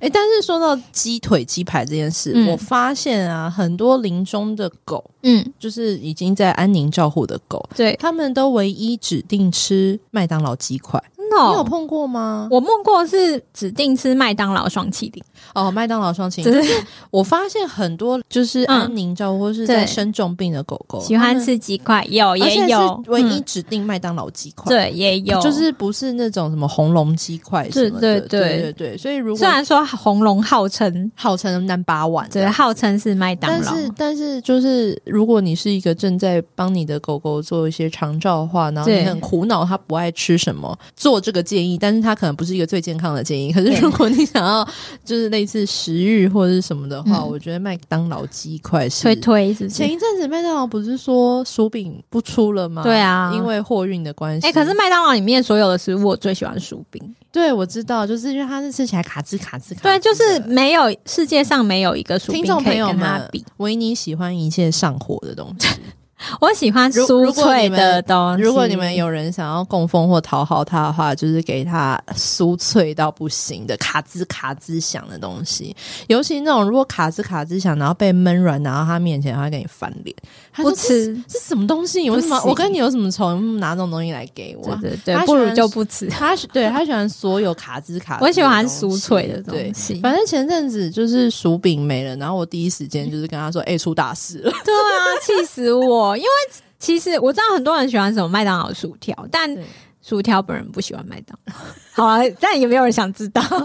Speaker 1: 哎、但是说到鸡腿、鸡排这件事，
Speaker 2: 嗯
Speaker 1: 我发现啊，很多临终的狗，
Speaker 2: 嗯，
Speaker 1: 就是已经在安宁照护的狗，
Speaker 2: 对，
Speaker 1: 他们都唯一指定吃麦当劳鸡块。
Speaker 2: 真的
Speaker 1: 你有
Speaker 2: 哦、
Speaker 1: 碰过吗？
Speaker 2: 我梦过是指定吃麦当劳双气淋，
Speaker 1: 哦，麦当劳双擎。
Speaker 2: 只是
Speaker 1: 我发现很多就是安宁照护或是在
Speaker 2: 对
Speaker 1: 生重病的狗狗，
Speaker 2: 喜欢吃鸡块，有
Speaker 1: 它们，而
Speaker 2: 也
Speaker 1: 且
Speaker 2: 有
Speaker 1: 是唯一
Speaker 2: 嗯
Speaker 1: 指定麦当劳鸡块。
Speaker 2: 对也有，
Speaker 1: 就是不是那种什么红龙鸡块什么
Speaker 2: 对对
Speaker 1: 的，对
Speaker 2: 对
Speaker 1: 对对，所以如
Speaker 2: 虽
Speaker 1: 果
Speaker 2: 然说红龙号称
Speaker 1: 号称南八碗，
Speaker 2: 对号称是麦当
Speaker 1: 但
Speaker 2: 劳，
Speaker 1: 是但是就是，如果你是一个正在帮你的狗狗做一些长照的话，然后
Speaker 2: 对
Speaker 1: 你很苦恼它不爱吃什么，做这个建议，但是它可能不是一个最健康的建议。可是
Speaker 2: 对
Speaker 1: 如果你想要就是类似食欲或者是什么的话，
Speaker 2: 嗯
Speaker 1: 我觉得麦当劳鸡块是
Speaker 2: 推。推是不
Speaker 1: 前
Speaker 2: 是？
Speaker 1: 一阵子麦当劳不是说薯饼不出了吗？
Speaker 2: 对啊
Speaker 1: 因为货运的关系。
Speaker 2: 哎、可是麦当劳里面所有的食物，我最喜欢薯饼。
Speaker 1: 对我知道，就是因为它是吃起来卡兹卡兹卡兹的。
Speaker 2: 对，就是没有世界上没有一个薯饼
Speaker 1: 听众
Speaker 2: 可
Speaker 1: 朋
Speaker 2: 以
Speaker 1: 友
Speaker 2: 跟它
Speaker 1: 们
Speaker 2: 比。，
Speaker 1: 维尼喜欢一切上火的东西。
Speaker 2: 我喜欢
Speaker 1: 如
Speaker 2: 酥
Speaker 1: 如果
Speaker 2: 脆
Speaker 1: 你们
Speaker 2: 的东西。
Speaker 1: 如果你们有人想要供奉或讨好他的话，就是给他酥脆到不行的卡兹卡兹响的东西，尤其那种如果卡兹卡兹响，然后被闷软，然后他面前，他会跟你翻脸，他说
Speaker 2: 不。吃，
Speaker 1: 这是什么东西？你为什么？
Speaker 2: 不行
Speaker 1: 我跟你有什么仇？你拿这种东西来给我
Speaker 2: 对
Speaker 1: 啊？
Speaker 2: 对对，
Speaker 1: 他喜
Speaker 2: 不如
Speaker 1: 欢
Speaker 2: 就不吃。
Speaker 1: 他喜对他喜欢所有卡兹卡兹的东西，
Speaker 2: 我喜欢酥脆的东
Speaker 1: 对
Speaker 2: 西
Speaker 1: 反正前阵子就是薯饼没了，然后我第一时间就是跟他说：“哎、出大事 了！”
Speaker 2: 对啊，气死我！因为其实我知道很多人喜欢什么麦当劳薯条，但
Speaker 1: 对
Speaker 2: 薯条本人不喜欢麦当劳。好啊，但也没有人想知道。
Speaker 1: 好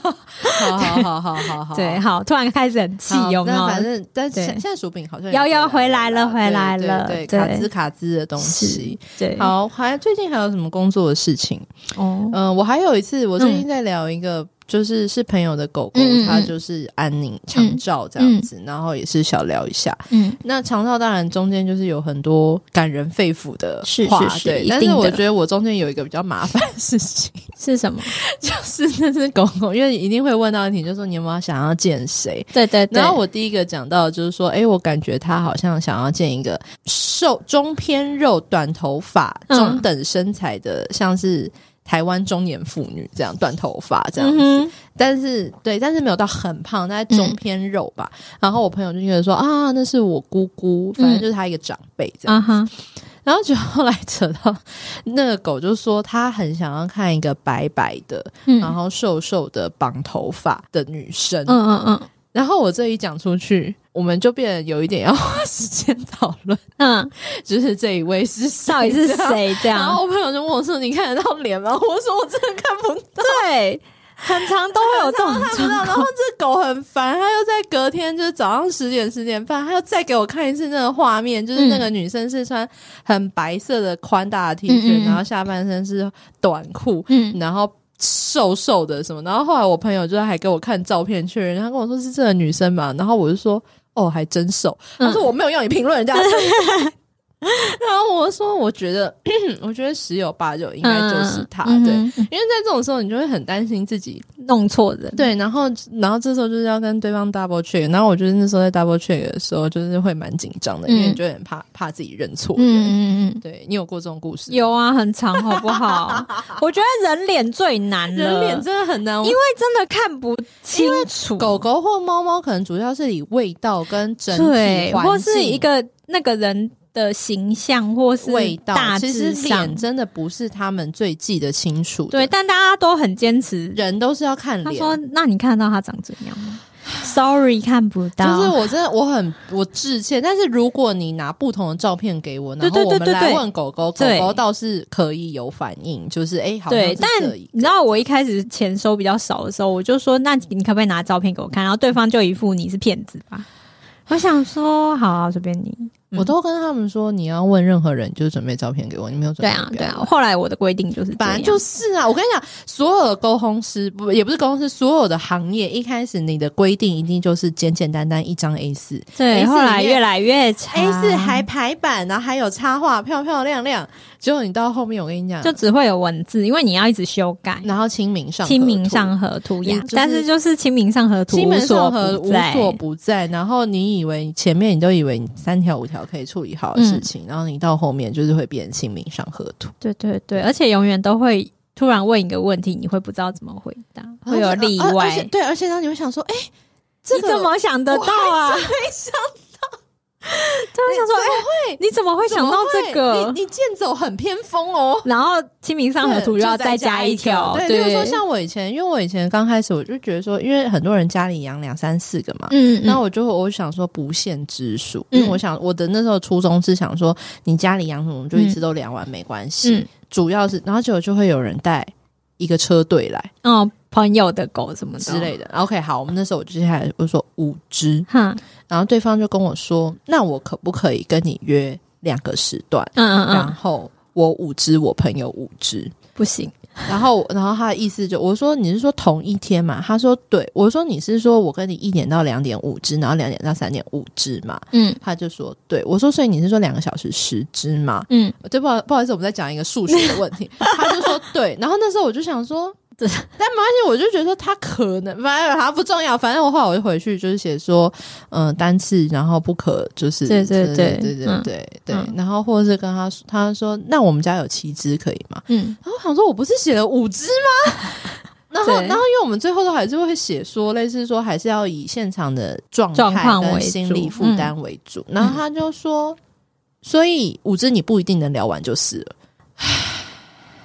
Speaker 1: 好好好好好，
Speaker 2: 对，好，突然开始很气，
Speaker 1: 好
Speaker 2: 有没
Speaker 1: 那
Speaker 2: 有？
Speaker 1: 反正但
Speaker 2: 对
Speaker 1: 现现在薯饼好像
Speaker 2: 摇摇
Speaker 1: 回
Speaker 2: 回来了回来
Speaker 1: 对
Speaker 2: 了
Speaker 1: 对对
Speaker 2: 对
Speaker 1: 卡兹卡兹的东西。
Speaker 2: 对，
Speaker 1: 好，还最近还有什么工作的事情？
Speaker 2: 哦，
Speaker 1: 嗯、我还有一次，我最近在聊一个，就是是朋友的狗狗
Speaker 2: 嗯嗯，嗯
Speaker 1: 它就是安宁长照这样子，然后也是小聊一下。
Speaker 2: 嗯，
Speaker 1: 那长照当然中间就是有很多感人肺腑的
Speaker 2: 是
Speaker 1: 话，
Speaker 2: 是是
Speaker 1: 对
Speaker 2: 一。
Speaker 1: 但
Speaker 2: 定
Speaker 1: 是
Speaker 2: 的
Speaker 1: 我觉得我中间有一个比较麻烦的事情，
Speaker 2: 是什么？
Speaker 1: 就是那只狗狗，因为一定会问到问题，就说你有没有想要见谁？
Speaker 2: 对对对，
Speaker 1: 然后我第一个讲到的就是说，哎，我感觉他好像想要见一个瘦、中偏肉、短头发、
Speaker 2: 嗯
Speaker 1: 中等身材的，像是台湾中年妇女这样，短头发这样子。
Speaker 2: 嗯哼，
Speaker 1: 但是对，但是没有到很胖，大概中偏肉吧。然后我朋友就觉得说啊，那是我姑姑，反
Speaker 2: 嗯
Speaker 1: 正就是她一个长辈这样。
Speaker 2: 啊哈，
Speaker 1: 然后就后来扯到那个狗，就说她很想要看一个白白的，
Speaker 2: 嗯
Speaker 1: 然
Speaker 2: 嗯
Speaker 1: 后瘦瘦的绑头发的女生。
Speaker 2: 嗯嗯
Speaker 1: 然后我这一讲出去，我们就变得有一点要花时间讨论，
Speaker 2: 嗯，
Speaker 1: 就是这一位是谁
Speaker 2: 到底是？谁啊这
Speaker 1: 然
Speaker 2: 样
Speaker 1: 后？我朋友就问我说：“你看得到脸吗？”我说：“我真的看不到。
Speaker 2: 对，很常都会有这 种
Speaker 1: 看不到
Speaker 2: 状
Speaker 1: 然后
Speaker 2: 况。
Speaker 1: 这狗很烦，它又在隔天，就是早上十点、十点半，它又再给我看一次那个画面，就是那个女生是穿很白色的宽大的 T 恤，
Speaker 2: 嗯嗯嗯嗯
Speaker 1: 然后下半身是短裤，
Speaker 2: 嗯，
Speaker 1: 然后瘦瘦的什么，然后后来我朋友就还给我看照片确认，他跟我说是这个
Speaker 2: 嗯
Speaker 1: 女生嘛，然后我就说哦还真瘦，他说我没有要你评论人家，然后我说，我觉得， 我觉得十有八九应该就是他，
Speaker 2: 嗯
Speaker 1: 对，
Speaker 2: 嗯哼
Speaker 1: 因为在这种时候，你就会很担心自己，
Speaker 2: 弄错人，
Speaker 1: 对，然后，然后这时候就是要跟对方 double check，然后我觉得那时候在 double check 的时候，就是会蛮紧张的，因
Speaker 2: 嗯
Speaker 1: 为你就很怕怕自己认错人。
Speaker 2: 嗯嗯嗯，
Speaker 1: 对你有过这种故事？
Speaker 2: 有啊，很长，好不好？我觉得人脸最难了，
Speaker 1: 人脸真的很难，
Speaker 2: 因为真的看不清楚，
Speaker 1: 狗狗或猫猫可能主要是以味道跟整体
Speaker 2: 对，
Speaker 1: 环
Speaker 2: 或是
Speaker 1: 境
Speaker 2: 一个那个人的形象，或是
Speaker 1: 味道，
Speaker 2: 大
Speaker 1: 其
Speaker 2: 致
Speaker 1: 实
Speaker 2: 上
Speaker 1: 脸真的不是他们最记得清楚的。
Speaker 2: 对，但大家都很坚持。
Speaker 1: 人都是要看
Speaker 2: 他
Speaker 1: 脸。
Speaker 2: 说：“那你看得到他长怎样吗？”Sorry，看不
Speaker 1: 就
Speaker 2: 到。
Speaker 1: 是我真的我很我致歉，但是如果你拿不同的照片给我，然
Speaker 2: 对
Speaker 1: 后
Speaker 2: 对
Speaker 1: 我们
Speaker 2: 对对
Speaker 1: 来
Speaker 2: 对
Speaker 1: 问狗狗，狗
Speaker 2: 对
Speaker 1: 狗倒是可以有反应，就是哎、好像
Speaker 2: 对，
Speaker 1: 是
Speaker 2: 但
Speaker 1: 这一
Speaker 2: 你知道我一开始钱收比较少的时候，我就说：“那你可不可以拿照片给我看？”然后对方就一副你是骗子吧。我想说，好、啊，随便你。嗯
Speaker 1: 我都跟他们说，你要问任何人，就是准备照片给我，你没有准
Speaker 2: 对
Speaker 1: 备
Speaker 2: 啊，
Speaker 1: 给
Speaker 2: 对
Speaker 1: 我
Speaker 2: 啊。后来我的规定就是这
Speaker 1: 反
Speaker 2: 样，
Speaker 1: 正就是啊，我跟你讲，所有的沟通师不也不是沟通师，所有的行业一开始你的规定一定就是简简单单一张 A 四啊
Speaker 2: 对。
Speaker 1: A4
Speaker 2: 后来
Speaker 1: 里面
Speaker 2: 越来越长
Speaker 1: 哎 A 四还排版，然后还有插画，漂漂亮亮。结果你到后面，我跟你讲，
Speaker 2: 就只会有文字，因为你要一直修改。
Speaker 1: 然后清明嗯上河
Speaker 2: 清明
Speaker 1: 图
Speaker 2: 上河图呀，
Speaker 1: 嗯就是
Speaker 2: 但是就是清明上河图，
Speaker 1: 清明上河
Speaker 2: 河
Speaker 1: 无所不在，然后你以为前面你都以为你三条五条可以处理好的事
Speaker 2: 嗯
Speaker 1: 情，然后你到后面就是会变成清明上河图，
Speaker 2: 对对对，而且永远都会突然问一个问题，你会不知道怎么回答，会有例
Speaker 1: 啊哦而且
Speaker 2: 外。
Speaker 1: 而且对，而且当你会想说，哎、这个
Speaker 2: 你怎么想得到啊？没想到，
Speaker 1: 啊
Speaker 2: 突然想说，哎、你怎么会
Speaker 1: 哦怎
Speaker 2: 想
Speaker 1: 么
Speaker 2: 到
Speaker 1: 会
Speaker 2: 这个？
Speaker 1: 你你剑走很偏锋哦。
Speaker 2: 然后清明上河图又
Speaker 1: 对
Speaker 2: 要
Speaker 1: 就再
Speaker 2: 再加
Speaker 1: 一
Speaker 2: 一条，
Speaker 1: 对，
Speaker 2: 对，
Speaker 1: 例如说像我以前，因为我以前刚开始我就觉得说，因为很多人家里养两三四个嘛，
Speaker 2: 嗯，
Speaker 1: 那
Speaker 2: 嗯
Speaker 1: 我就我想说不限只数，
Speaker 2: 嗯
Speaker 1: 因为我想我的那时候初衷是想说，你家里养什么就一直都养完没关系，
Speaker 2: 嗯
Speaker 1: 主要是然后结果就会有人带一个车队来
Speaker 2: 哦，朋友的狗什么的
Speaker 1: 之类的。OK，好，我们那时候我就接下来我就说五只，
Speaker 2: 哈，
Speaker 1: 然后对方就跟我说，那我可不可以跟你约两个时段，
Speaker 2: 嗯嗯
Speaker 1: 然
Speaker 2: 嗯，
Speaker 1: 后我五只，我朋友五只，
Speaker 2: 不行，
Speaker 1: 然后，然后他的意思就，我说你是说同一天嘛？他说对，我说你是说我跟你一点到两点五只，然后两点到三点五只嘛？
Speaker 2: 嗯
Speaker 1: 他就说对，我说所以你是说两个小时十只嘛？
Speaker 2: 嗯，
Speaker 1: 对，不好不好意思，我们在讲一个数学的问 题。他就说对，然后那时候我就想说，
Speaker 2: 这
Speaker 1: 但没关系，我就觉得说他可能，反正好像不重要，反正我后来我就回去就是写说，嗯、单次，然后不可就是
Speaker 2: 对对对
Speaker 1: 对对对
Speaker 2: 嗯
Speaker 1: 对对
Speaker 2: 嗯
Speaker 1: 然后或者是跟他说，他说那我们家有七只可以吗？
Speaker 2: 嗯，
Speaker 1: 然后我想说，我不是写了五支吗？ 然后，
Speaker 2: 对
Speaker 1: 然后，因为我们最后都还是会写说，类似说还是要以现场的状
Speaker 2: 状
Speaker 1: 态
Speaker 2: 况为
Speaker 1: 跟
Speaker 2: 主嗯
Speaker 1: 心理负担为主。然后他就说，所以五支你不一定能聊完就是了。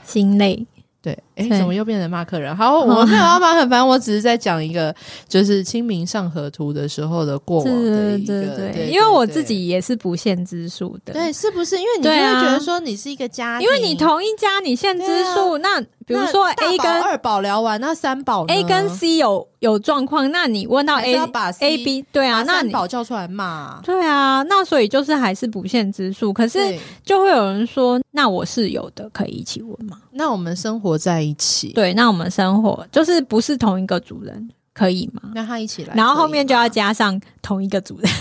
Speaker 2: 心累，
Speaker 1: 对，哎，
Speaker 2: 对
Speaker 1: 怎么又变成骂客人？好， 我没有要骂客人，反正我只是在讲一个，就是《清明上河图》的时候的过往的一个，对
Speaker 2: 因为我自。己也是不限之数的，
Speaker 1: 对，是不是？因为你就会
Speaker 2: 对啊
Speaker 1: 觉得说你是一个家庭，
Speaker 2: 因为你同一家你限
Speaker 1: 对
Speaker 2: 之
Speaker 1: 啊
Speaker 2: 数，那比如
Speaker 1: 那
Speaker 2: 说
Speaker 1: 大
Speaker 2: A
Speaker 1: 宝
Speaker 2: 跟
Speaker 1: 二宝聊完，那三宝呢
Speaker 2: A 跟 C 有有状况，那你问到
Speaker 1: 还是
Speaker 2: A
Speaker 1: 要把 C-
Speaker 2: A B 对啊，
Speaker 1: 把
Speaker 2: 那
Speaker 1: 三
Speaker 2: 你
Speaker 1: 宝叫出来骂。
Speaker 2: 对啊，那所以就是还是不限之数，可是
Speaker 1: 对，
Speaker 2: 就会有人说，那我室友的可以一起问吗？
Speaker 1: 那我们生活在一起，
Speaker 2: 对，那我们生活就是不是同一个主人，可以吗？
Speaker 1: 那他一起来，
Speaker 2: 然后后面
Speaker 1: 可
Speaker 2: 就
Speaker 1: 以吗
Speaker 2: 要加上同一个主人，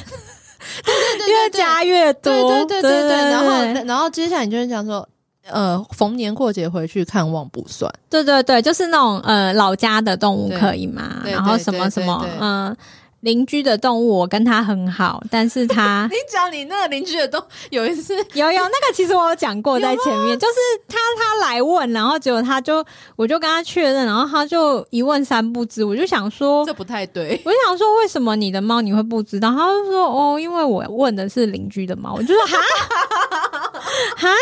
Speaker 1: 对对
Speaker 2: 越
Speaker 1: 对对
Speaker 2: 加越多，
Speaker 1: 对对对对对，然
Speaker 2: 对
Speaker 1: 后然后接下来你就会讲说，呃，逢年过节回去看望不算，
Speaker 2: 对对对，就是那种呃老家的动物
Speaker 1: 对
Speaker 2: 可以吗？
Speaker 1: 对
Speaker 2: 然后
Speaker 1: 对
Speaker 2: 什么
Speaker 1: 对
Speaker 2: 什
Speaker 1: 对
Speaker 2: 么
Speaker 1: 对
Speaker 2: 嗯。邻居的动物，我跟他很好，但是他
Speaker 1: 你讲你那个邻居的都有一次，
Speaker 2: 有有那个，其实我有讲过在前面，就是他他来问，然后结果他就我就跟他确认，然后他就一问三不知，我就想说，
Speaker 1: 这不太对，
Speaker 2: 我就想说为什么你的猫你会不知道？他就说哦，因为我问的是邻居的猫，我就说哈 哈，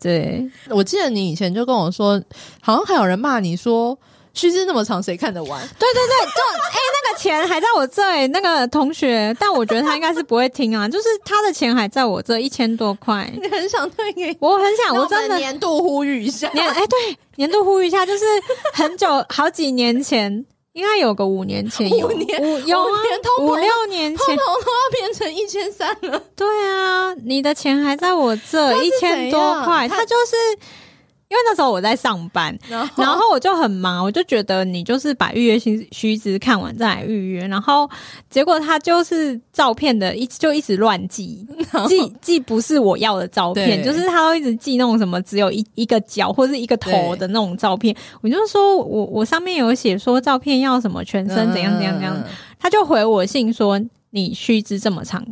Speaker 2: 对，
Speaker 1: 我记得你以前就跟我说，好像还有人骂你说。须知那么长，谁看 得完？
Speaker 2: 对对对，就哎、那个钱还在我这里，那个同学，但我觉得他应该是不会听啊，就是他的钱还在我这一千多块，
Speaker 1: 你很想退给
Speaker 2: 我很想，
Speaker 1: 那
Speaker 2: 我
Speaker 1: 我
Speaker 2: 真
Speaker 1: 真
Speaker 2: 的
Speaker 1: 的年度呼吁一下，
Speaker 2: 年哎、对，年度呼吁一下，就是很久好几年前，应该有个五年前有，
Speaker 1: 五年
Speaker 2: 有
Speaker 1: 五
Speaker 2: 啊
Speaker 1: 年通，膨
Speaker 2: 五六年
Speaker 1: 通
Speaker 2: 前，
Speaker 1: 通都要变成一千三 了。
Speaker 2: 对啊，你的钱还在我这一
Speaker 1: 是怎样
Speaker 2: 千多块，
Speaker 1: 他
Speaker 2: 他就是因为那时候我在上班，
Speaker 1: 然
Speaker 2: 然后我就很忙，我就觉得你就是把预约须须知看完再来预约，然后结果他就是照片的一直就一直乱 寄，寄寄不是我要的照片，就
Speaker 1: 对
Speaker 2: 是他会一直寄那种什么只有一一个角或是一个头的那种照片，我就说我我上面有写说照片要什么全身怎样怎样怎样，
Speaker 1: 嗯
Speaker 2: 他就回我信说你须知这么长，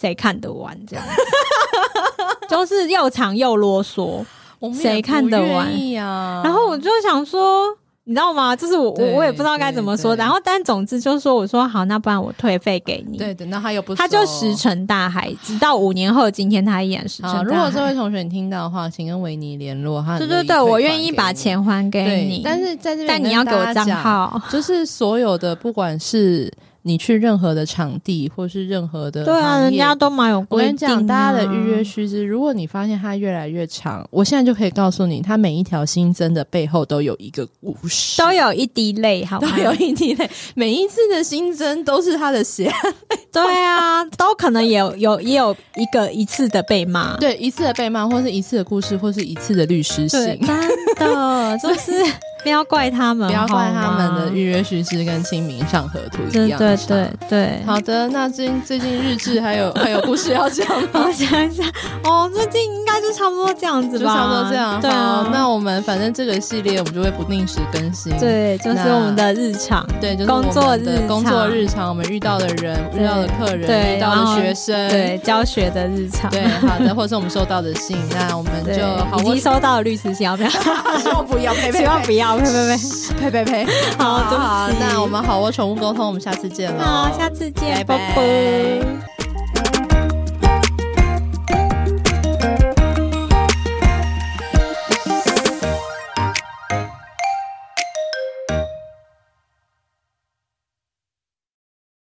Speaker 2: 谁看得完这 样子，就是又长又啰嗦。
Speaker 1: 我们也
Speaker 2: 谁看得完
Speaker 1: 不愿意啊？
Speaker 2: 然后我就想说，你知道吗？就是我我
Speaker 1: 对
Speaker 2: 我也不知道该怎么说。
Speaker 1: 对对
Speaker 2: 然后但总之就是说，我说好，那不然我退费给你。
Speaker 1: 对对，那他又不收，
Speaker 2: 他就石沉大海，直到五年后的今天，他依然石沉大
Speaker 1: 啊！
Speaker 2: 海。嗯
Speaker 1: 如果这位同学你听到的话，请跟维尼联络，他
Speaker 2: 对
Speaker 1: 很乐
Speaker 2: 对
Speaker 1: 意
Speaker 2: 对，
Speaker 1: 退
Speaker 2: 我
Speaker 1: 款
Speaker 2: 愿意
Speaker 1: 给
Speaker 2: 把
Speaker 1: 你。
Speaker 2: 钱还给
Speaker 1: 对
Speaker 2: 你，，
Speaker 1: 但是在这边，
Speaker 2: 但你要给我账。号。
Speaker 1: 就是所有的，不管是你去任何的场地，或是任何的
Speaker 2: 对啊，
Speaker 1: 行业
Speaker 2: 人家都蛮有
Speaker 1: 我
Speaker 2: 规
Speaker 1: 跟你
Speaker 2: 定、啊
Speaker 1: 讲，大家的预约，须知，如果你发现它越来越长，我现在就可以告诉你，它每一条新增的背后都有一个故事，
Speaker 2: 都有一滴泪，好
Speaker 1: 都
Speaker 2: 吗？
Speaker 1: 有一滴泪，每一次的新增都是他的血汗，
Speaker 2: 对啊，都可能也有有也有一个一次的被骂。
Speaker 1: 对，一次的被骂，或是一次的故事，或是一次的律师
Speaker 2: 对，
Speaker 1: 信。
Speaker 2: 真 的就是不要怪他们，
Speaker 1: 不要怪他们
Speaker 2: 好吗
Speaker 1: 的预约须知跟清明上河图一
Speaker 2: 嗯对
Speaker 1: 样
Speaker 2: 对
Speaker 1: 长
Speaker 2: 对对，
Speaker 1: 好的，那最近最近日志还有还有故事要讲吗？
Speaker 2: 我想一下，哦，最近应该就差不多这样子
Speaker 1: 就
Speaker 2: 吧，
Speaker 1: 差不多这样。
Speaker 2: 对啊
Speaker 1: 好，那我们反正这个系列我们就会不定时更新。
Speaker 2: 对，就是
Speaker 1: 那
Speaker 2: 我们的日常，
Speaker 1: 对，就是
Speaker 2: 工作
Speaker 1: 我们的
Speaker 2: 日
Speaker 1: 工作
Speaker 2: 常
Speaker 1: 日常，我们遇到的人、
Speaker 2: 对
Speaker 1: 遇到的客
Speaker 2: 对
Speaker 1: 人、遇到
Speaker 2: 然后
Speaker 1: 的学生，
Speaker 2: 对，教学的日常，
Speaker 1: 对，好的，或者是我们收到的信，那我们
Speaker 2: 对，
Speaker 1: 就好，
Speaker 2: 已
Speaker 1: 我
Speaker 2: 经收到了律师信，要不要？
Speaker 1: 希望 不要，呸
Speaker 2: 希望不要，呸呸呸！
Speaker 1: 呸呸呸，
Speaker 2: 好对不起
Speaker 1: 那我们好，我宠物沟通，我们下次见喽，
Speaker 2: 好，下次见，
Speaker 1: 拜拜
Speaker 2: 拜拜